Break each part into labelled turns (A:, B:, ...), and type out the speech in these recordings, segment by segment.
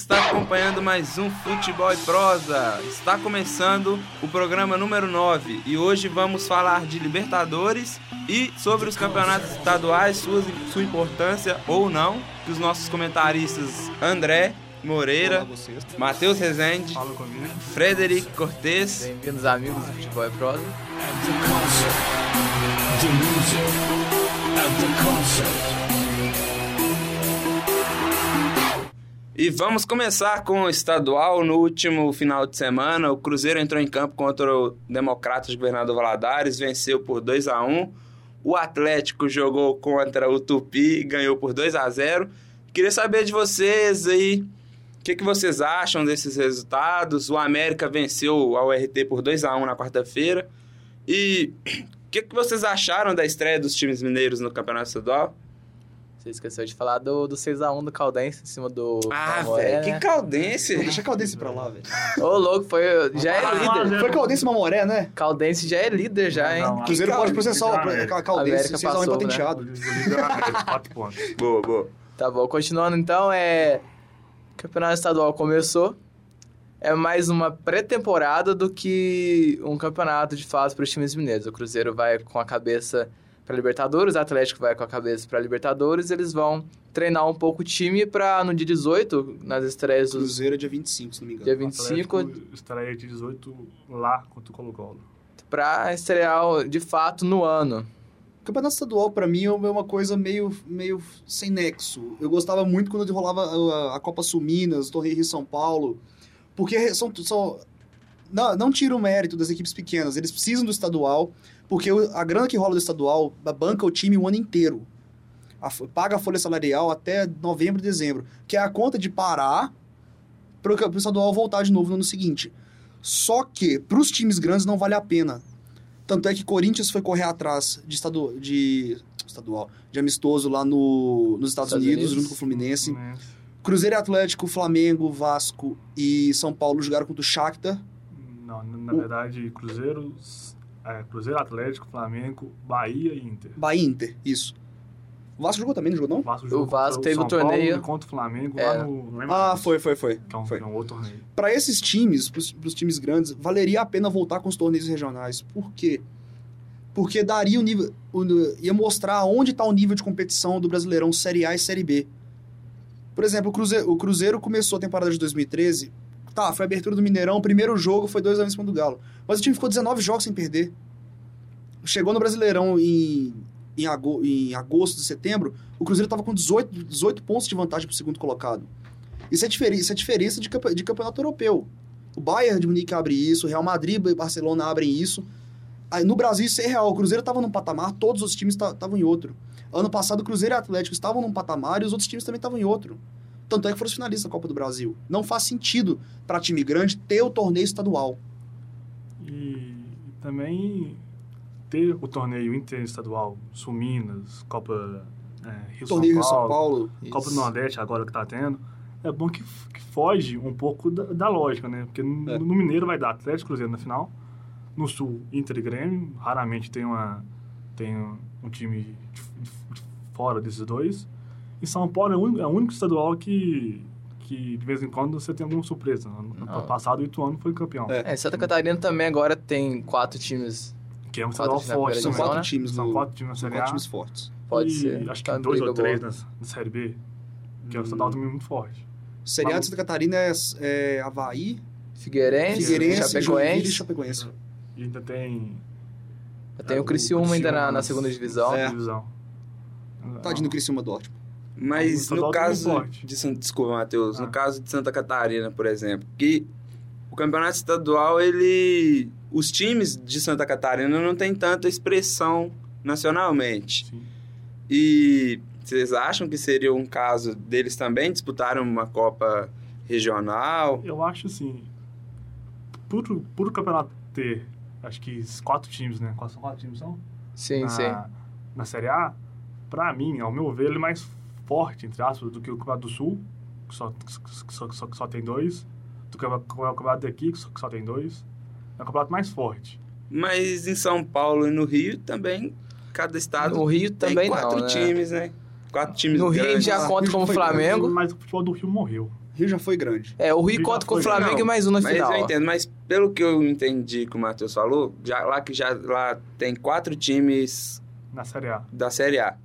A: está acompanhando mais um Futebol e Prosa. Está começando o programa número 9 e hoje vamos falar de Libertadores e sobre os campeonatos estaduais, suas, sua importância ou não, que os nossos comentaristas André Moreira, Matheus Rezende, Frederic Cortes
B: Bem-vindos, amigos do Futebol é Prosa.
C: the concert, the music at the concert.
A: E vamos começar com o estadual. No último final de semana, o Cruzeiro entrou em campo contra o Democratas Governador Valadares, venceu por 2 a 1 O Atlético jogou contra o Tupi, ganhou por 2 a 0 Queria saber de vocês aí, o que, que vocês acham desses resultados? O América venceu a URT por 2 a 1 na quarta-feira. E o que, que vocês acharam da estreia dos times mineiros no Campeonato Estadual?
B: Você esqueceu de falar do, do 6x1 do Caldense em cima do.
A: Ah,
B: Mamoré,
A: velho, que
B: né?
A: caldense!
D: Deixa a Caldense pra lá, velho.
B: Ô, louco, foi. Já
A: Ah,
B: é líder.
D: Foi Caldense e Mamoré, né?
B: Caldense já é líder, já, hein?
E: Não,
D: Cruzeiro
A: Cal-
D: pode processar
E: Ah, é.
D: o
B: América
D: Caldense, vocês são
B: passou, né?
D: patenteado.
E: não. Quatro pontos.
A: Boa, boa.
B: Tá bom, continuando então, é. Campeonato estadual começou. É mais uma pré-temporada do que um campeonato de fato para os times mineiros. O Cruzeiro vai com a cabeça para Libertadores, o Atlético vai com a cabeça para Libertadores, eles vão treinar um pouco o time para no dia 18, nas estreias dos
D: Cruzeiro é dia 25, se não me engano.
B: dia 25,
E: Atlético Estreia de 18 lá contra o Colo-Colo.
B: pra estrear o- de fato no ano.
D: Campeonato estadual, pra mim, é uma coisa meio, meio sem nexo. Eu gostava muito quando rolava a, a Copa Suminas, o Torneio Rio São Paulo. Porque são. são não, não tira o mérito das equipes pequenas. Eles precisam do estadual, porque o- a grana que rola do estadual banca o time o ano inteiro. A fo- paga a folha salarial até novembro, dezembro. Que é a conta de parar para o estadual voltar de novo no ano seguinte. Só que, para os times grandes, não vale a pena. Tanto é que Corinthians foi correr atrás de, estadu... de... estadual, de amistoso lá no... nos Estados,
B: Estados
D: Unidos,
B: Unidos.
D: junto com o Fluminense.
E: Né?
D: Cruzeiro e Atlético, Flamengo, Vasco e São Paulo jogaram contra o Shakhtar.
E: Não, na
D: O-
E: verdade, Cruzeiro, é, Cruzeiro Atlético, Flamengo, Bahia e Inter.
D: Bahia e Inter, isso. O Vasco jogou também, não jogou não?
E: Vasco
B: O
E: jogou contra
B: Vasco teve
E: São
B: o torneio.
E: Paulo e contra o Flamengo
B: É.
E: lá no. lembra?
D: Ah, foi, foi, foi.
E: Que é um,
D: foi.
E: que é um outro torneio.
D: Para esses times, para os times grandes, valeria a pena voltar com os torneios regionais. Por quê? Porque daria o nível. o- ia mostrar onde está o nível de competição do Brasileirão Série A e Série B. Por exemplo, o Cruzeiro, o Cruzeiro começou a temporada de 2013. Tá, foi a abertura do Mineirão, o primeiro jogo foi 2 anos em cima do Galo. Mas o time ficou 19 jogos sem perder. Chegou no Brasileirão em, em, ago- em agosto, setembro, o Cruzeiro estava com 18, 18 pontos de vantagem para o segundo colocado. Isso é, diferen- isso é diferença de, campe- de campeonato europeu. O Bayern de Munique abre isso, o Real Madrid e Barcelona abrem isso. Aí, no Brasil isso é real. O Cruzeiro estava num patamar, todos os times ta- estavam em outro. Ano passado o Cruzeiro e o Atlético estavam num patamar e os outros times também estavam em outro. Tanto é que foram os finalistas da Copa do Brasil. Não faz sentido para time grande ter o torneio estadual.
E: E, e também ter o torneio interestadual, Sul Minas, Copa é, Rio,
D: torneio
E: São
D: Rio São
E: Paulo,
D: Paulo.
E: Copa do
B: Isso.
E: Nordeste agora que tá tendo, é bom que, f- que foge um pouco da, da lógica, né? Porque no,
B: É.
E: no Mineiro vai dar Atlético e Cruzeiro na final, no Sul, Inter e Grêmio, raramente tem, uma, tem um time de f- de f- de fora desses dois. E São Paulo é o único, é o único estadual que, que de vez em quando você tem alguma surpresa. No ano
B: Não.
E: passado, o Ituano foi campeão,
D: É.
B: Ah. É, Santa Catarina também agora tem quatro times.
E: que é um
B: Quatro
E: estadual
B: times na
E: forte
B: primeira
D: São
E: também.
B: divisão, né?
D: quatro times
E: São
D: no-
E: quatro times na
D: São
E: Série A.
D: quatro times fortes.
B: Pode
E: e
B: ser.
E: Acho
B: Tá
E: que
B: na
E: dois
B: briga
E: ou três
B: boa.
E: na, na Série B, que é um
B: Hum.
E: estadual também muito forte.
D: Série A de Santa Catarina é, é Havaí,
E: né? É
B: Figueirense,
D: Figueirense, Joinville e
B: Chapecoense.
D: Chapecoense.
E: E ainda tem
B: Tem É, o Criciúma Tá ainda na, na segunda divisão.
D: É.
E: Segunda divisão. Ah. É,
D: Tadinho do Criciúma Dortmund.
A: Mas
E: Então,
A: no
E: logo
A: caso
E: no esporte.
A: de San- desculpa, Matheus, no
E: Ah.
A: caso de Santa Catarina, por exemplo, que o campeonato estadual ele os times de Santa Catarina não tem tanta expressão nacionalmente.
E: Sim.
A: E vocês acham que seria um caso deles também disputarem uma Copa regional?
E: Eu acho assim, por, por o campeonato ter, acho que os quatro times, né? Quatro, são quatro times são?
B: Sim,
E: na,
B: sim.
E: Na Série A, pra mim, ao meu ver, ele é mais forte, entre aspas, do que o Campeonato do Sul, que só, que só, que só, que só tem dois, do que o Campeonato daqui, que só, que só tem dois. É o campeonato mais forte.
A: Mas em São Paulo e no Rio também cada estado
B: No Rio
A: tem
B: também
A: quatro
B: não, né?
A: times, né? Quatro times
B: No Rio
A: grandes.
B: já
D: Ah,
B: conta
D: Rio
B: como
D: foi
B: Flamengo.
E: Mas o futebol do Rio morreu.
D: Rio já foi grande.
B: É, o Rui
E: Liga
B: conta com o
E: foi-
B: Flamengo
A: não,
B: e mais um na
A: mas
B: final.
A: eu entendo, mas pelo que eu entendi que o Matheus falou, já, lá que já lá tem quatro times
E: na Série A.
A: da Série A.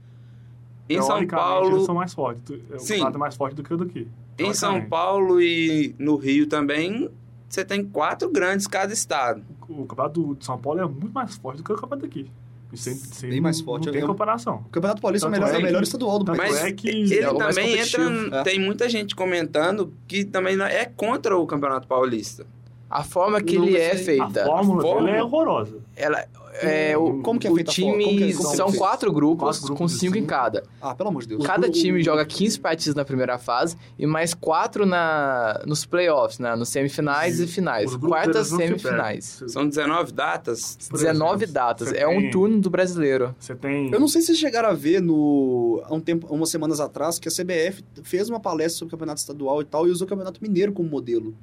A: Em São
E: Teoricamente,
A: Paulo,
E: Eles são mais fortes. Tu- O
A: Sim.
E: campeonato é mais forte do que o daqui.
A: em São
E: teoricamente.
A: Paulo e no Rio também, você tem quatro grandes cada estado.
E: O campeonato do- de São Paulo é muito mais forte do que o campeonato daqui. Isso aí- isso aí
D: Bem
E: não-
D: mais forte,
E: Não
D: eu
E: tem
D: lembro.
E: comparação.
D: O Campeonato Paulista é o
E: Tanto
D: melhor, é
E: é
D: o
E: que-
D: melhor estadual do
E: tanto
D: país.
A: Mas
E: é que-
A: ele
B: é o mais
A: também entra.
B: competitivo,
E: né?
D: é.
A: Tem muita gente comentando que também não- é contra o Campeonato Paulista.
B: A forma que
D: Nunca
B: ele é
D: sei.
E: A
B: feita,
E: fórmula,
A: fórmula-
E: dele é horrorosa.
B: ela é o
D: Como que é
B: o
D: feita a forma? Como
B: time
D: que é- como que é
B: são
D: feito?
B: quatro grupos,
E: Quatro grupos
B: com
E: de
B: cinco em
E: cinco.
B: cada.
D: Ah, pelo amor de Deus.
E: Uhum.
B: Cada
D: O-
B: time
D: o-
B: joga 15 partidas na primeira fase e mais quatro na nos playoffs, né, nos semifinais e
E: Os
B: finais,
E: grupos
B: quartas
E: deles não se perdem.
B: semifinais.
A: São 19 datas.
E: Por
B: 19
E: exemplo,
B: datas,
E: você
B: é um
E: tem-
B: turno do brasileiro.
E: Você tem.
D: Eu não sei se vocês chegaram a ver no, há um tempo, há umas semanas atrás que a CBF fez uma palestra sobre o campeonato estadual e tal e usou o campeonato mineiro como modelo.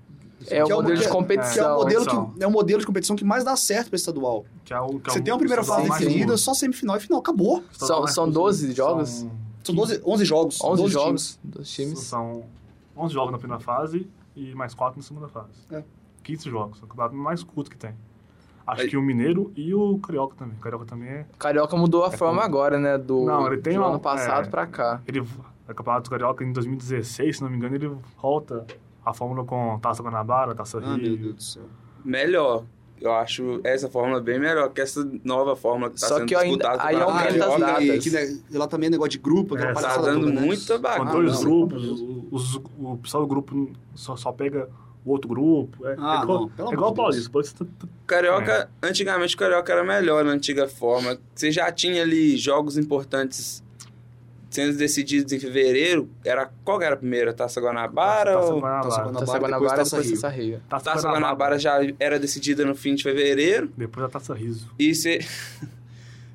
B: É um
D: que é o
B: modelo de
D: que-
B: competição.
D: Que
E: um
D: é, o modelo
E: competição.
D: que, é o modelo de competição que mais dá certo para estadual.
E: que é o- que é
D: Você
E: o-
D: tem uma primeira
E: o estadual
D: fase é
E: mais
D: definida,
E: curto.
D: só semifinal e final. Acabou.
E: O estadual mais
B: são
E: curto
B: 12 jogos?
E: são-
D: São 12, 11 jogos.
B: 11
D: 12
B: jogos
D: times.
B: dos times.
E: São 11 jogos na primeira fase e mais 4 na segunda fase.
D: É.
E: 15 jogos. É o campeonato mais curto que tem. Acho
A: Aí-
E: que o Mineiro e o Carioca também. O Carioca também é.
B: O Carioca mudou a forma agora, né, do,
E: Não, ele tem
B: do
E: um-
B: ano passado
E: é.
B: pra cá.
E: Ele, o Campeonato do Carioca em 2016, se não me engano, ele volta a Fórmula com Taça Guanabara, Taça
D: Ah, meu Deus
E: Rio.
D: do céu.
A: Melhor. Eu acho essa fórmula bem melhor que essa nova fórmula que está
B: Só
A: sendo
B: que ainda-
A: disputada.
B: aí
A: pela
B: aumenta
D: Ah,
B: as
A: Carioca.
B: datas.
D: e que, né, e lá também é negócio de grupo, aquela
E: É, tá
A: Tá
D: palhaçada
A: dando
D: toda, né?
A: muita
E: Com
A: bagunça.
E: dois
D: não.
E: grupos, os, o pessoal do grupo só, só pega o outro grupo. É,
D: Ah,
E: é igual,
D: não, pelo
E: é
D: amor
E: igual
D: de
E: o Paulista. O Paulista tá- tá-
A: Carioca, antigamente o Carioca era melhor na antiga forma. Você já tinha ali jogos importantes sendo decididos em fevereiro. Era, qual que era a primeira? Taça Guanabara?
E: Taça
A: ou...
E: Guanabara.
D: Taça Guanabara, é
B: Taça
D: depois
E: tá
B: Guanabara
D: Taça
B: Tá depois
D: Rio.
B: Taça Rio.
E: Taça
A: Taça
E: Guanabara,
A: Guanabara já era decidida no fim de fevereiro.
E: Depois a Taça Riso.
A: E você,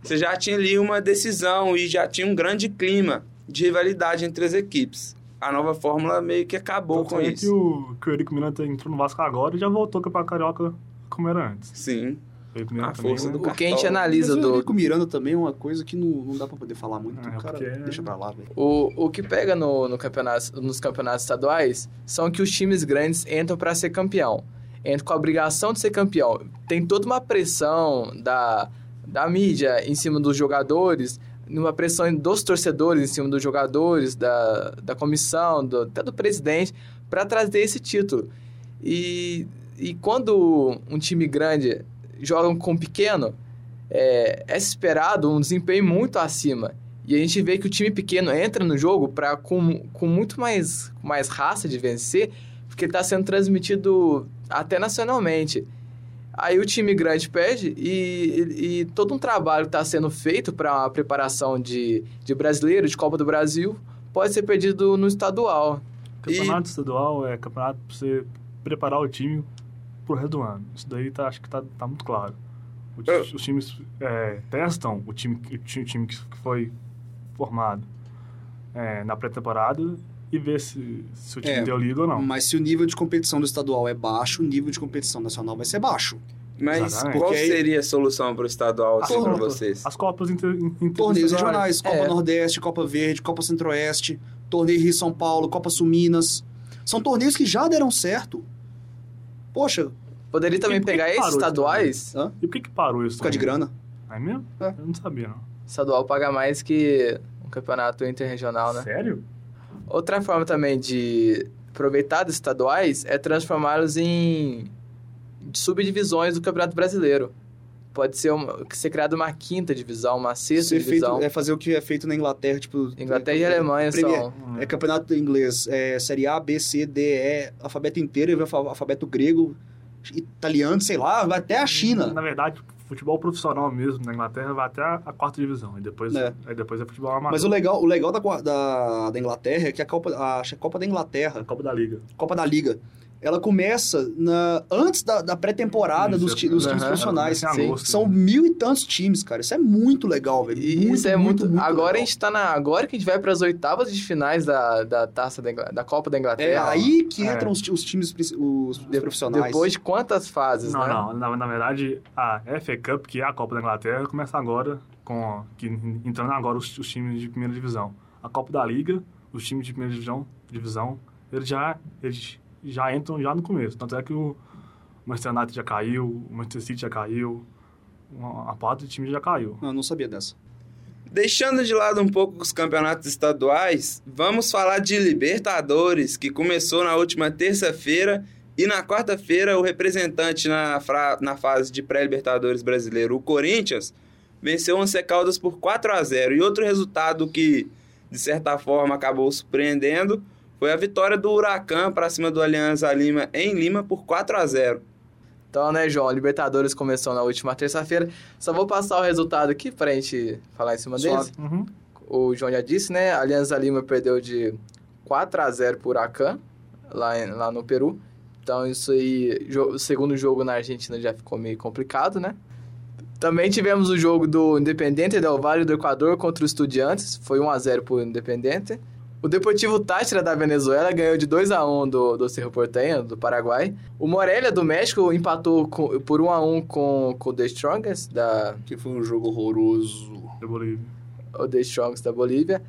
A: você já tinha ali uma decisão e já tinha um grande clima de rivalidade entre as equipes. A nova fórmula meio que acabou
E: Tanto
A: com
E: é Que
A: isso.
E: o, que o Eurico Miranda entrou no Vasco agora e já voltou para Carioca como era antes.
A: Sim.
E: O Eurico
D: Ah,
E: Miranda
A: A força
E: também,
A: do
E: né?
B: O que a gente
A: Cartola.
D: Mas
B: analisa
D: o
B: do,
D: Eurico Miranda também é uma coisa que não, não dá pra poder falar muito.
E: É,
D: o cara
E: porque-
D: deixa pra lá, velho.
B: O, o que pega no, no campeonato, nos campeonatos estaduais são que os times grandes entram para ser campeão. Entram com a obrigação de ser campeão. Tem toda uma pressão da, da mídia em cima dos jogadores, uma pressão dos torcedores em cima dos jogadores, da, da comissão, do- até do presidente, para trazer esse título. E, e quando um time grande joga com um pequeno, é, é esperado um desempenho muito acima. E a gente vê que o time pequeno entra no jogo pra, com, com muito mais, com mais raça de vencer, porque está sendo transmitido até nacionalmente. Aí o time grande perde e, e, e todo um trabalho que está sendo feito para a preparação de, de brasileiro, de Copa do Brasil, pode ser perdido no estadual.
E: Campeonato estadual é campeonato pra você preparar o time pro resto do ano. Isso daí tá, acho que tá, tá muito claro. O ti-
A: Eu-
E: Os, times é, testam o time, que- o ti- o time que foi formado é, na pré-temporada e vê se, se o time
D: É,
E: deu liga ou não.
D: Mas se o nível de competição do estadual é baixo, o nível de competição nacional vai ser baixo.
A: Mas
E: Exatamente.
A: qual
D: Porque aí-
A: seria a solução para o estadual assim, para
D: Torneio-
A: vocês?
E: As Copas inter, inter,
D: Torneios
E: interestaduais.
D: regionais, Copa
B: É.
D: Nordeste, Copa Verde, Copa Centro-Oeste, Torneio Rio e São Paulo, Copa Sul Minas. São torneios que já deram certo. Poxa,
B: Poderia também
E: por que
B: pegar
E: que
B: esses
E: parou isso
B: estaduais,
E: E por que que parou isso?
D: fica de
E: também?
D: grana.
E: É mesmo?
D: É.
E: Eu não sabia, não.
B: estadual paga mais que um campeonato interregional, né?
E: Sério?
B: Outra forma também de aproveitar dos estaduais é transformá-los em subdivisões do Campeonato Brasileiro. Pode ser uma, ser criada uma quinta divisão, uma sexta
D: Ser feito,
B: divisão.
D: é fazer o que é feito na Inglaterra, tipo.
B: Inglaterra e Alemanha
D: Premier.
B: são.
D: É campeonato inglês, é série A, B, C, D, E, alfabeto inteiro, e alfa- alfabeto grego, italiano, sei lá, vai até a China.
E: Na verdade, futebol profissional mesmo na Inglaterra vai até a, a quarta divisão. E depois
D: É.
E: é, aí depois é futebol amador.
D: Mas o legal, o legal da, qua- da, da Inglaterra é que a Copa, a, acho que a Copa da Inglaterra,
E: A Copa da Liga.
D: Copa da Liga, ela começa na, antes da, da pré-temporada dos, ti- dos times
B: Aham.
D: profissionais.
E: Ela começa em agosto.
D: São mil e tantos times, cara. Isso é muito legal, velho.
B: E né? isso é muito. agora
D: legal.
B: a gente tá na. Agora que a gente vai para as oitavas de finais da, da taça da, Ingla- da Copa da
D: É
B: Inglaterra.
D: aí que
E: É.
D: entram os, ti- os times, princi- os, os
B: de-
D: profissionais.
B: Depois de quantas fases,
E: Não,
B: né?
E: não. Na, na verdade, a FA Cup, que é a Copa da Inglaterra, começa agora, com que, entrando agora os, os times de primeira divisão. A Copa da Liga, os times de primeira divisão, divisão eles já, eles já entram já no começo. Tanto é que o Manchester United já caiu, o Manchester City já caiu, uma, a parte do time já caiu.
D: Ah, Não, eu não sabia dessa.
A: Deixando de lado um pouco os campeonatos estaduais, vamos falar de Libertadores, que começou na última terça-feira e na quarta-feira o representante na, fra- na fase de pré-Libertadores brasileiro, o Corinthians, venceu o Once Caldas por 4 a 0 E outro resultado que, de certa forma, acabou surpreendendo foi a vitória do Huracan para cima do Alianza Lima em Lima por 4 a 0
B: Então, né, João? Libertadores começou na última terça-feira. Só vou passar o resultado aqui pra gente falar em cima
D: Suave.
B: deles.
E: Uhum.
B: O João já disse, né? A Alianza Lima perdeu de 4 a 0 por Acan, lá, em- lá no Peru. Então, isso aí, jo- o segundo jogo na Argentina já ficou meio complicado, né? Também tivemos o jogo do Independente Del Valle do Equador contra o Estudiantes. Foi 1 a 0 por Independente. O Deportivo Táchira da Venezuela ganhou de 2 a 1 do, do Cerro Porteño, do Paraguai. O Morelia do México empatou com- por 1 a 1 com, com o The Strongest da,
D: Que foi um jogo horroroso.
E: Da Bolívia.
B: o The Strongs da Bolívia.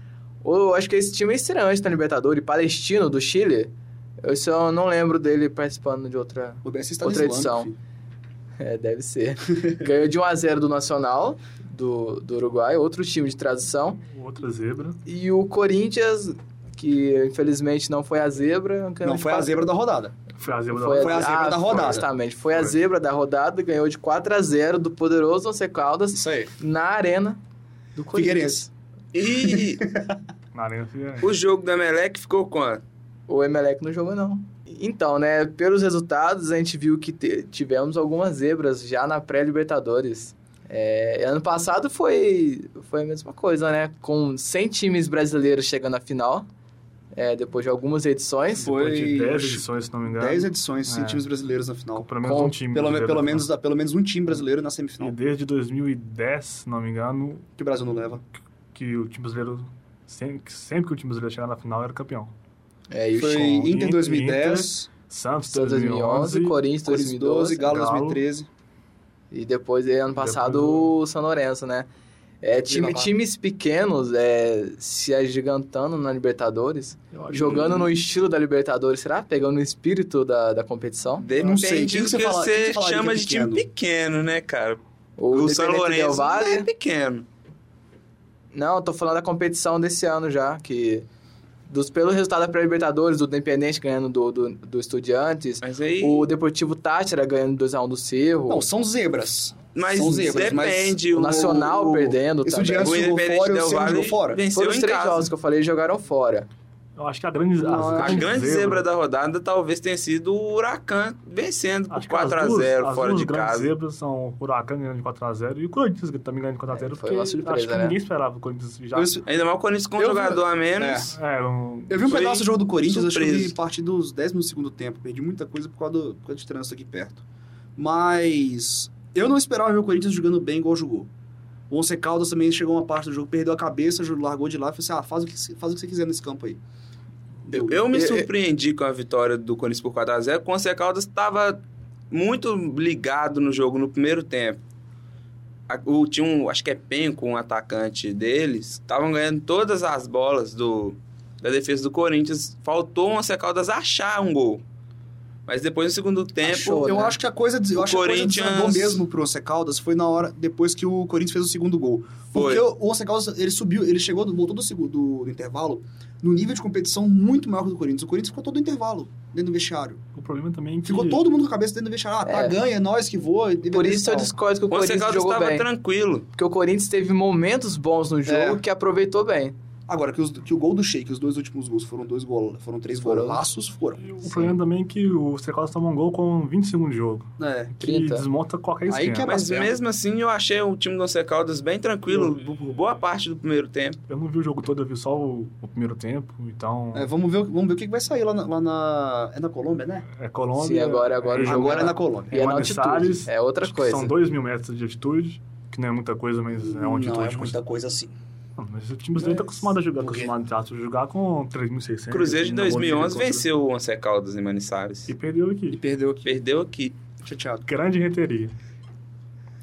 B: Ou eu acho que esse time é estreante na Libertadores, Palestino do Chile. Eu só não lembro dele participando de outra.
D: O BS está
B: Outra
D: islâmico,
B: edição.
D: filho.
B: É, deve ser. Ganhou de 1x0 do Nacional, do, do Uruguai, outro time de tradição.
E: Outra zebra.
B: E o Corinthians, que infelizmente não foi a zebra. ganhou
D: Não
B: de
D: foi a
B: quatro-
D: zebra da rodada.
E: Foi a zebra
D: a-
E: da
D: foi zebra da rodada.
B: Exatamente, foi, a
E: Foi.
B: zebra da rodada, ganhou de 4x0 do poderoso Once Caldas
D: Isso aí.
B: na arena do Corinthians.
D: Figueirense.
A: E
E: na Arena Figueirense.
A: o jogo da Melec ficou quanto?
B: O Emelec não jogou, não. Então, né, pelos resultados, a gente viu que te- tivemos algumas zebras já na pré-Libertadores. É, ano passado foi, foi a mesma coisa, né? Com 100 times brasileiros chegando à final, é, depois de algumas edições.
E: Depois de
D: Foi-
E: 10 edições, se não me engano.
D: 10 edições sem
E: É.
D: times brasileiros na
E: com
D: final.
E: pelo menos
B: Com-
E: um time.
D: Pelo,
E: de
D: me-
E: zebra
D: pelo,
E: na
D: menos,
E: final.
D: pelo menos um time brasileiro na semifinal.
E: E desde 2010, se não me engano,
D: Que o Brasil não leva.
E: que o time brasileiro. Sempre que, sempre que o time brasileiro chegava na final era campeão.
B: É, e o
D: Foi
B: Chile,
D: Inter 2010,
E: Santos,
B: Santos 2011,
E: 2011,
B: Corinthians
D: Corinthians
B: 2012.
D: 12, Galo
E: Galo.
D: 2013.
B: E depois, eh, ano passado,
E: Depois
B: o São Lourenço, né? É, time,
D: Vila Nova.
B: times pequenos é, se agigantando na Libertadores,
E: Eu acho que-
B: jogando no estilo da Libertadores, será? Pegando o espírito da, da competição.
A: Depende
D: Não sei, o que
A: do
D: que
A: que
D: você
A: você,
D: fala- o que que você falaria
A: chama
D: que é
A: de time
D: pequeno?
A: pequeno, né, cara?
B: O,
A: o São Lourenço
B: Vale.
A: não é pequeno.
B: Não, eu tô falando da competição desse ano já, que dos pelo resultado da pré-Libertadores, do Independente ganhando do, do, do Estudiantes,
A: Mas aí.
B: o Deportivo Tátira ganhando 2x1 do Cerro,
D: Não, são zebras.
A: Mas
D: são zebras, mas
A: depende.
B: o Nacional
D: o-
B: perdendo
D: esse
B: também.
D: Estudiantes
A: o
D: jogou fora e
A: Independente
D: o
A: Del
D: Cerro
A: Vale
D: jogou fora.
A: venceu
B: Todos os
A: em
B: três
A: casa.
B: jogos que eu falei jogaram fora.
E: Eu acho que a grande, a,
D: Não,
A: A
D: Acho
A: grande zebra da rodada talvez tenha sido o Huracan vencendo por
E: Acho que as
A: 4 a
E: duas-
A: 0
E: as
A: fora
E: duas
A: de
E: grandes
A: casa.
E: zebras são o Huracan ganhando de 4x0 e o Corinthians também ganhando de 4x0.
B: É, foi
E: porque
B: uma surpresa,
E: acho que
B: né?
E: ninguém esperava o Corinthians já.
D: Eu-
A: Ainda mal quando isso com um
D: Eu vi-
A: jogador a menos.
E: É, um,
D: Eu vi um
A: Foi
D: pedaço do jogo do Corinthians, acho que eu vi
A: surpreso.
D: parte dos 10 minutos do segundo tempo. Perdi muita coisa por causa, do, por causa de trânsito aqui perto. Mas eu não esperava ver o Corinthians jogando bem igual jogou. O Once Caldas também chegou uma parte do jogo, perdeu a cabeça, jo- largou de lá e falou assim: ah, faz o que, você- faz o que você quiser nesse campo aí.
A: Eu, eu me surpreendi com a vitória do Corinthians por 4 a 0 quando o Zé Caldas estava muito ligado no jogo no primeiro tempo. A- O, tinha um, acho que é Penco, um atacante deles, estavam ganhando todas as bolas do, da defesa do Corinthians. Faltou o Zé Caldas achar um gol. Mas depois, no segundo tempo,
B: Achou,
D: Eu
B: né?
D: acho que a coisa, des- eu
A: O
D: acho que a coisa
A: Corinthians-
D: desandou mesmo pro Once Caldas foi na hora depois que o Corinthians fez o segundo gol.
A: foi.
D: Porque o Once Caldas, ele subiu, ele chegou, do- voltou do, segu- do, do intervalo no nível de competição muito maior que o do Corinthians. O Corinthians ficou todo no intervalo, dentro do vestiário.
E: o problema também é que.
D: Ficou todo mundo com a cabeça dentro do vestiário. Ah, tá,
B: É.
D: ganha, é nós que voa. e
B: Por
D: beleza e
B: isso eu
D: tal.
B: discordo que o
A: O Zé
B: Corinthians
A: Caldas
B: jogou
A: estava
B: bem.
A: tranquilo.
B: Porque o Corinthians teve momentos bons no jogo
D: É.
B: que aproveitou bem.
D: Agora, que, os- que o gol do Sheik, os dois últimos gols foram dois gols, foram três
B: Foram.
D: golaços, foram.
E: O problema também é que o Secolas toma um gol com 20 segundos de jogo.
D: É.
E: Que
B: 30.
E: desmonta qualquer
D: Aí
E: esquema.
D: que é
A: Mas
D: Tá certo.
A: mesmo assim, eu achei o time do Once Caldas bem tranquilo por boa parte do primeiro tempo.
E: Eu não vi o jogo todo, eu vi só o, o primeiro tempo. Então,
D: É, vamos, ver, o- vamos ver o que que vai sair lá na, lá na- É na Colômbia, né?
E: é, Colômbia.
B: Sim, agora- agora
E: é,
B: o jogo
D: Agora é
B: lá.
D: na Colômbia.
B: E é na
E: Mano
B: altitude.
E: Salles,
B: é outra
E: um acho que
B: coisa.
E: São 2 mil metros de altitude, que não é muita coisa,
B: um
E: mas é uma altitude.
D: Não, é
E: cons-
D: muita coisa assim.
E: Não, Mas o time brasileiro tá acostumado a jogar,
D: Por quê?
E: acostumado de teatro, jogar com 3.600.
A: Cruzeiro de
E: assim, na Bolívia
A: 2011
E: contra-
A: venceu o Once Caldas em Manizales.
E: E perdeu
D: E
E: aqui.
D: perdeu aqui.
A: Perdeu aqui.
D: Chateado.
E: Grande reteria.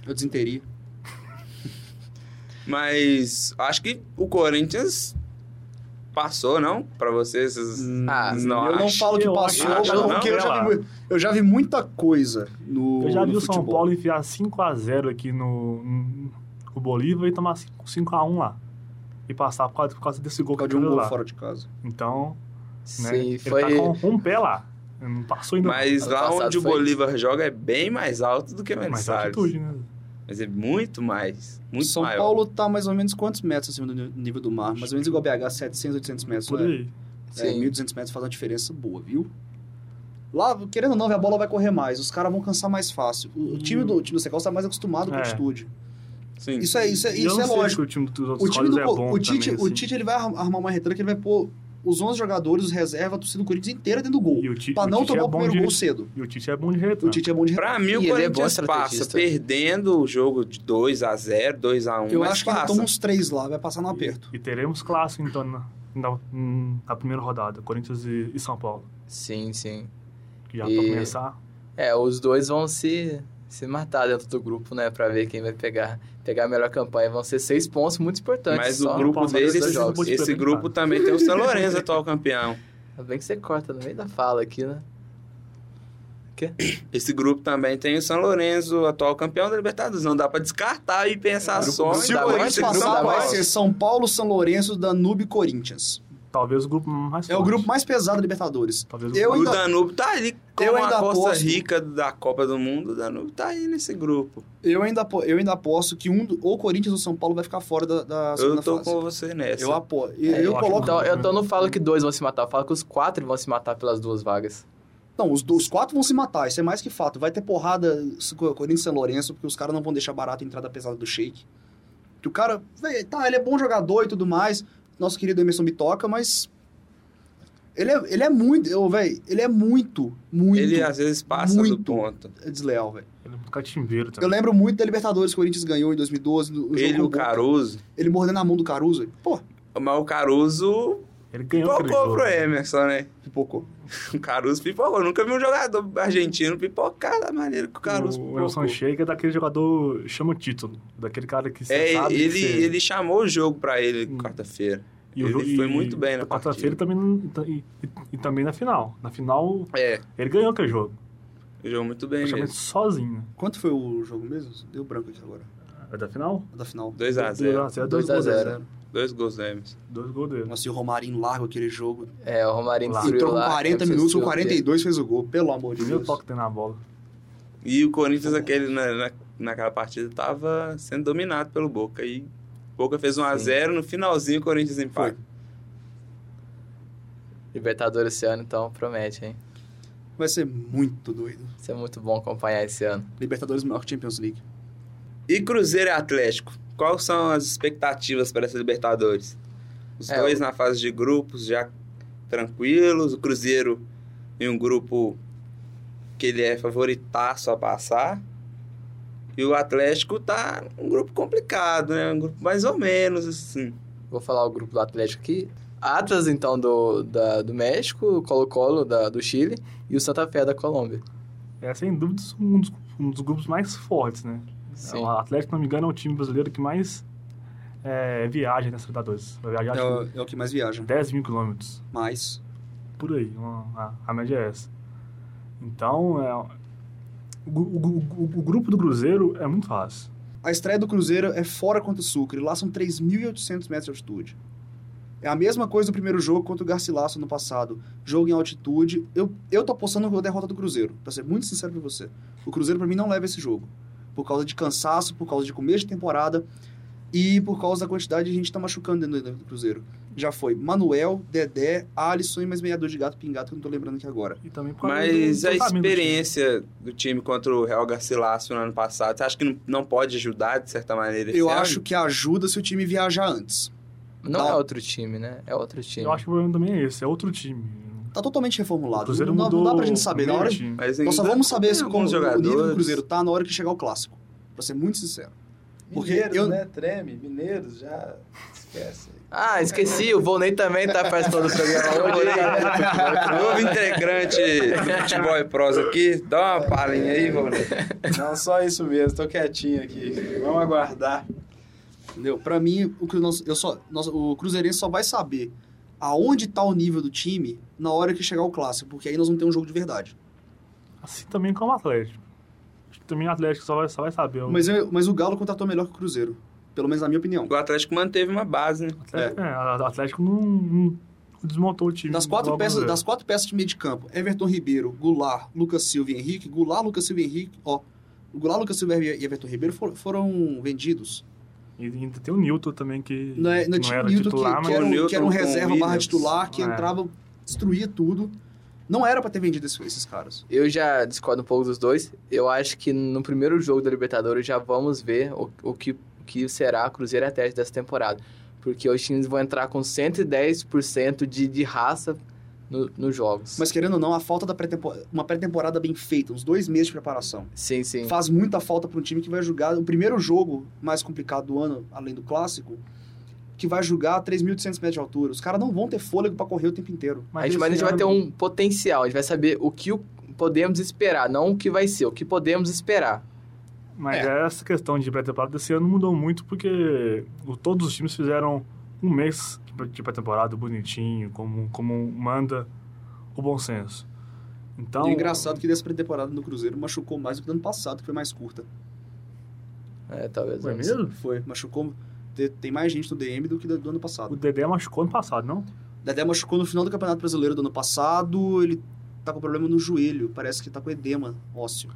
D: Eu desinteri.
A: Mas acho que o Corinthians passou, não? Pra vocês, vocês
B: Ah,
A: vocês não
D: eu não
A: acham?
D: falo que
E: Eu
D: passou,
A: acho que não,
D: porque eu já,
E: sei
D: vi, mu- eu já vi muita coisa no.
E: Eu já vi
D: no
E: o São
D: futebol.
E: Paulo enfiar 5x0 aqui no, no, no Bolívar e tomar 5x1 lá. E passar por causa, por causa desse gol
D: Por causa
E: que
D: de um
E: ele
D: gol
E: lá.
D: fora de casa.
E: Então, né,
B: Sim,
E: ele
B: foi.
E: tá com um pé lá. Ele Não passou ainda.
A: Mas
B: Ano
A: lá
B: passado
A: onde o
B: foi isso.
A: Bolívar joga é bem mais alto do que o
E: mas
A: Mendes
E: a
A: Salles.
E: atitude, né?
A: Mas é muito mais. Muito
D: São
A: maior.
D: Paulo tá mais ou menos quantos metros acima do ni- nível do mar? Mais ou menos igual BH, 700, 800 metros.
E: Por
D: Né?
E: aí.
D: É,
B: Sim.
D: 1.200 metros faz uma diferença boa, viu? Lá, querendo ou não, a bola vai correr mais. Os caras vão cansar mais fácil. O, o time do, o time do Secol está mais acostumado com
E: É.
D: altitude.
A: Sim.
D: Isso é, isso é,
E: E eu
D: isso
E: não
D: é
E: sei
D: lógico.
E: se o time dos
D: O
E: outros
D: time
E: times
D: do
E: é
D: Co-
E: bom
D: o Tite,
E: também,
D: o
E: assim.
D: Tite ele vai arr- armar uma retranca, ele vai pôr os 11 jogadores, os reservas, a torcida do Corinthians inteira dentro do gol.
E: E o Tite,
D: Pra
E: o
D: não
E: Tite
D: tomar
E: é
D: o
E: bom
D: primeiro
E: de-
D: gol cedo.
E: E o Tite é bom de
D: O
E: retorno.
D: Tite é bom de
A: Pra mim,
B: E
A: o
B: ele é bom
A: Corinthians passa
B: estrategista.
A: perdendo o jogo de 2x0, 2x1.
D: Eu
A: mas
D: acho que
A: passa.
D: ele
B: um
D: toma uns três lá, vai passar no aperto.
E: E teremos clássico, então, na, na, na primeira rodada. Corinthians e, e São Paulo.
B: Sim, sim.
E: Que já
B: E-
E: pra começar...
B: É, os dois vão se, se matar dentro do grupo, né? Pra ver quem vai pegar, pegar a melhor campanha. Vão ser seis pontos muito importantes.
A: Mas
B: só
A: o grupo
E: Palmeiras
A: deles,
E: dois
B: jogos.
A: esse
E: Diferente,
A: grupo
E: cara.
A: também tem o São Lourenço, atual campeão.
B: Ainda bem que você corta no meio da fala aqui, né?
A: Esse grupo também tem o São Lourenço, atual campeão da Libertadores. Não dá pra descartar e pensar
B: Grupo
A: Tá só
B: do
A: em
D: Se
B: dá
D: o
B: mais,
D: Corinthians
A: Corinthians e
B: grupo
D: passar,
B: dá
A: São
D: vai
A: Paulo.
D: ser São Paulo, São Lourenço, Danube e Corinthians.
E: Talvez o grupo mais
D: É o
E: forte.
D: grupo mais pesado da Libertadores.
E: Talvez
D: Eu
E: o
A: O
D: ainda-
A: Danube tá ali com
D: Eu
A: a
D: ainda
A: Costa
D: aposto.
A: Rica da Copa do Mundo. O Danube tá aí nesse grupo.
D: Eu ainda, apo- eu ainda aposto que um, do- ou Corinthians ou São Paulo vai ficar fora da, da
A: Eu
D: segunda
A: tô
D: fase.
A: com você nessa.
D: Eu aposto.
B: É,
D: eu
E: eu acho
D: coloco.
E: que
B: Então, eu então não falo que dois vão se matar, eu falo que os quatro vão se matar pelas duas vagas.
D: Não, os, do- os quatro vão se matar, isso é mais que fato. Vai ter porrada se- co- Corinthians e São Lourenço, porque os caras não vão deixar barato a entrada pesada do Shake. Que o cara, véi, tá, ele é bom jogador e tudo mais, nosso querido Emerson Bitoca, mas. Ele é, ele é muito, eu, véi, ele é muito, muito
A: Ele às vezes passa do
D: muito.
A: ponto.
D: desleal, velho.
E: Ele é muito catimbeiro
D: Eu
E: também.
D: lembro muito da Libertadores que o Corinthians ganhou em 2012. No, no
A: Ele e
D: jogo
A: o
D: com Boca.
A: Caruso.
D: Ele mordendo a mão do Caruso, véi. pô,
A: Mas o Caruso
E: Ele ganhou aquele
A: pipocou
E: jogo.
A: pro
D: É,
A: Emerson, né?
D: pipocou.
A: O Caruso pipocou. Eu nunca vi um jogador argentino pipocar da maneira que o Caruso
E: O
A: pipocou.
E: Wilson Sheik é daquele jogador, chama o título, daquele cara que você
A: É,
E: sabe que
A: ele,
E: você-
A: ele chamou o jogo pra ele
E: Hum.
A: quarta-feira.
E: e o
A: ele
E: jogo-
A: foi
E: e-
A: muito bem na
E: quarta-feira também no- e, e- e também na final. Na final
A: É,
E: ele ganhou aquele jogo,
A: jogou muito
D: É
A: bem
E: praticamente
A: mesmo.
E: sozinho.
D: Quanto foi o jogo mesmo? Deu branco aqui agora,
E: É da final?
D: da final.
A: 2x0.
E: 2x0,
B: Dois
E: dois,
B: a
E: gols
B: zero.
E: dele.
A: Dois gols do Emerson.
E: Dois gols dele.
D: Nossa, e o Romarinho larga aquele jogo.
B: É, o Romarinho
E: Lá.
B: destruiu
D: Entrou com
B: lá.
D: 40
B: Emerson
D: minutos, o
B: destruiu
D: 42 fez o gol, pelo amor de
E: Primeiro
D: Deus.
E: toque que tem na bola.
A: E o
B: Tá
A: Corinthians, aquele, na, na- naquela partida, tava sendo dominado pelo Boca. E o Boca fez 1x0, no finalzinho o Corinthians empata.
B: Libertadores esse ano, então promete, hein?
D: Vai ser muito doido.
B: Isso é muito bom acompanhar esse ano.
D: Libertadores melhor que Champions League.
A: E Cruzeiro e Atlético? Quais são as expectativas para essa Libertadores? Os
B: É,
A: dois
B: o-
A: na fase de grupos já tranquilos, o Cruzeiro em um grupo que ele é favoritaço a passar. E o Atlético tá um grupo complicado, né? Um grupo mais ou menos assim.
B: Vou falar o grupo do Atlético aqui. Atlas, então, do, da- do México, o Colo-Colo da- do Chile e o Santa Fé da Colômbia.
E: É sem dúvida um dos, um dos grupos mais fortes, né?
B: Sim.
E: O Atlético, se não me engano, é o time brasileiro que mais é, viaja nessa Libertadores. Vai
D: É
E: viajar acho
D: o, é o que mais viaja.
E: que 10 mil quilômetros.
D: Mas.
E: por aí, uma- a, a média é essa. Então, é, o, o- o- o grupo do Cruzeiro é muito fácil.
D: A estreia do Cruzeiro é fora contra o Sucre. Lá são 3.800 metros de altitude. É a mesma coisa do primeiro jogo contra o Garcilasso no passado. Jogo em altitude. Eu, eu tô apostando na derrota do Cruzeiro, pra ser muito sincero pra você. O Cruzeiro pra mim não leva esse jogo. Por causa de cansaço, por causa de começo de temporada e por causa da quantidade de gente que tá machucando dentro do Cruzeiro. Já foi Manuel, Dedé, Alisson e mais meia-dor de gato pingado que eu não tô lembrando aqui agora.
E: E também por causa
A: Mas
E: do- do
A: a
E: tratamento do time.
A: experiência do time contra o Real Garcilasso no ano passado, você acha que não, não pode ajudar de certa maneira? esse
D: Eu
E: é
A: ano?
D: acho que ajuda se o time viajar antes.
B: Não,
D: Não.
B: é outro time, né? É outro time.
E: Eu acho que o problema também é esse, é outro time.
D: Tá totalmente
E: O
D: reformulado.
E: Cruzeiro
D: não,
E: mudou
D: não né? dá pra gente saber. Na
E: meio
D: hora,
E: time.
A: Mas
D: nós Então só
A: ainda
D: vamos saber
A: tem
D: se como
A: alguns
D: o nível do
A: jogadores.
D: Cruzeiro tá na hora que chegar o clássico. Pra ser muito sincero. Porque
F: Mineiros,
D: eu-
F: né? Treme, mineiros, já esquece.
B: Ah, esqueci, o Volney também tá participando do programa hoje.
D: tá
A: Ah, Novo integrante do Futebol e Pros aqui. Dá uma palhinha aí, mano.
F: Não, só isso mesmo, tô quietinho aqui. Vamos aguardar.
D: Entendeu? Pra mim, o, Cru- nós- eu só, nós- o Cruzeirense só vai saber aonde tá o nível do time na hora que chegar o clássico, porque aí nós vamos ter um jogo de verdade.
E: Assim também como o Atlético. Acho que também o Atlético só vai, só vai saber. O
D: Mas, eu- mas o Galo contratou melhor que o Cruzeiro, pelo menos na minha opinião.
A: O Atlético manteve uma base, né?
E: Atlético, é, o Atlético não, não desmontou o time. né?
D: Das quatro,
E: igual o
D: peças,
E: Cruzeiro.
D: das quatro peças de meio de campo, Everton Ribeiro, Goulart, Lucas Silva e Henrique. Goulart, Lucas Silva e Henrique, ó. Goulart, Lucas Silva e Everton Ribeiro for- foram vendidos.
E: E ainda tem o Nilton também, que
D: Não, é, não tinha
E: era
D: Newton
E: titular,
D: que,
E: mas
D: que, era um,
A: Newton
D: que era um
A: com
D: reserva barra
A: Williams.
D: titular, que
E: É.
D: entrava, destruía tudo. Não era pra ter vendido esses, esses caras.
B: Eu já discordo um pouco dos dois. Eu acho que no primeiro jogo da Libertadores já vamos ver o, o que, o que será Cruzeiro e Atlético dessa temporada. Porque os times vão entrar com 110% de, de raça no- nos jogos.
D: Mas querendo ou não, a falta da pré-temporada, uma pré-temporada bem feita, uns dois meses de preparação,
B: Sim, sim.
D: faz muita falta pra um time que vai jogar o primeiro jogo mais complicado do ano, além do clássico, que vai jogar a 3.800 metros de altura. Os caras não vão ter fôlego pra correr o tempo inteiro.
B: a gente, mas a
E: esse
B: gente vai
E: ano-
B: ter um potencial, a gente vai saber o que o- podemos esperar, não o que vai ser, o que podemos esperar.
E: Mas
D: É.
E: essa questão de pré-temporada desse ano mudou muito porque o- todos os times fizeram um mês de pré- de pré-temporada bonitinho, como, como manda o bom senso. Então,
D: E é engraçado que dessa pré-temporada no Cruzeiro machucou mais do que no ano passado, que foi mais curta.
B: É, talvez.
E: Foi
B: não
E: mesmo?
D: Foi, machucou. te- Tem mais gente no DM do que do do ano
E: O
D: passado.
E: Dedé machucou ano passado, não?
D: Dedé machucou no final do Campeonato Brasileiro do ano passado, ele tá com problema no joelho, parece que tá com edema ósseo.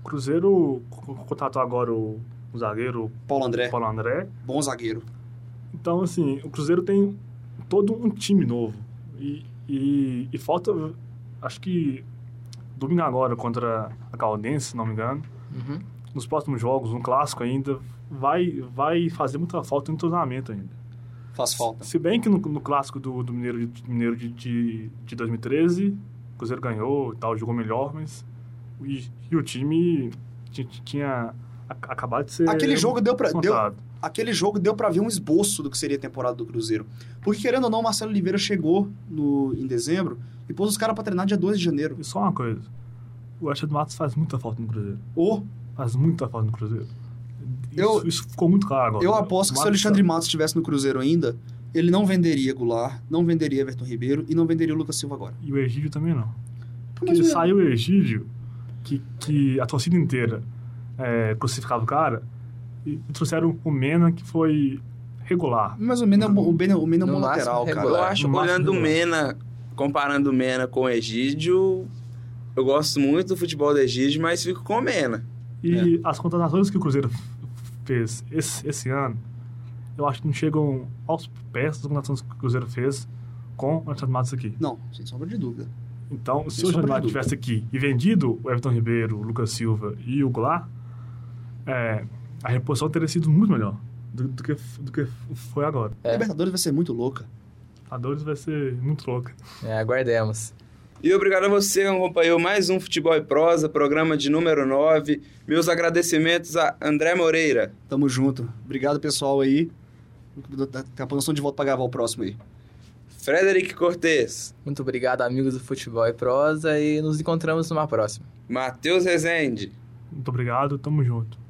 E: O Cruzeiro co- co- contratou agora o, o zagueiro
D: Paulo André,
E: Paulo André.
D: bom zagueiro.
E: Então, assim, o Cruzeiro tem todo um time novo. E, e, e falta, acho que domingo agora contra a Caldense, se não me engano.
B: Uhum.
E: nos próximos jogos, um clássico ainda, vai, vai fazer muita falta no entrosamento ainda.
D: Faz falta.
E: Se bem que no, no clássico do, do Mineiro, de, Mineiro de, de, de 2013, o Cruzeiro ganhou e tal, jogou melhor, mas. E, e o time ti- ti- tinha a- acabado de ser.
D: Aquele jogo deu pra, deu,
E: montado.
D: aquele jogo deu pra ver um esboço do que seria a temporada do Cruzeiro. Porque, querendo ou não, o Marcelo Oliveira chegou no, em dezembro e pôs os caras pra treinar dia 2 de janeiro.
E: E só uma coisa: o Alexandre Matos faz muita falta no Cruzeiro.
D: Ou
E: Faz muita falta no Cruzeiro. Isso,
D: Eu-
E: isso ficou muito claro agora.
D: eu aposto que se o Alexandre Matos estivesse no Cruzeiro ainda, ele não venderia Goulart, não venderia Everton Ribeiro e não venderia o Lucas Silva agora.
E: E o Egídio também não. Porque
D: Mas o-
E: saiu o Egídio, que, que a torcida inteira é, crucificava o cara, e trouxeram o Mena, que foi regular.
D: Mas o Mena é um bom- o Mena, o Mena é um
B: No
D: bom
B: máximo,
D: lateral,
A: Eu
B: regular.
D: cara.
A: acho,
E: No máximo
A: olhando o
E: regular.
A: Mena, comparando o Mena com o Egídio, eu gosto muito do futebol do Egídio, mas fico com o Mena.
E: E
D: É.
E: as contratações que o Cruzeiro fez esse, esse ano, eu acho que não chegam aos pés das contratações que o Cruzeiro fez com o Alexandre Matos aqui.
D: Não, sem sombra de dúvida.
E: Então, se
D: Sem
E: o Alexandre
D: sombra
E: Matos
D: de dúvida.
E: tivesse aqui e vendido o Everton Ribeiro, o Lucas Silva e o Goulart, é, a reposição teria sido muito melhor do, do que, do que foi agora.
B: É.
D: Libertadores vai ser muito louca.
E: A Dores vai ser muito louca.
B: É, aguardemos.
A: E obrigado a você que acompanhou mais um Futebol e Prosa, programa de número 9. Meus agradecimentos a André Moreira.
D: Tamo junto. Obrigado, pessoal aí. Daqui a pouco nós estamos de volta pra gravar o próximo aí.
A: Frederic Cortes,
B: Muito obrigado, amigos do Futebol e Prosa, e nos encontramos numa próxima.
A: Matheus Rezende.
E: Muito obrigado, tamo junto.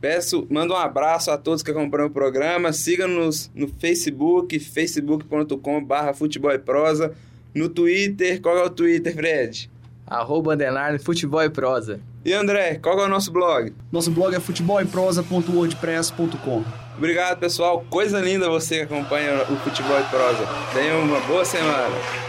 A: Peço, mando um abraço a todos que acompanham o programa. Siga-nos no Facebook, facebook.com.br futebol e prosa. No Twitter, qual é o Twitter, Fred?
B: Arroba underline Futebol e Prosa.
A: E André, qual é o nosso blog?
D: Nosso blog é futebolemprosa.wordpress.com.
A: Obrigado, pessoal. Coisa linda você que acompanha o Futebol e Prosa. Tenha uma boa semana.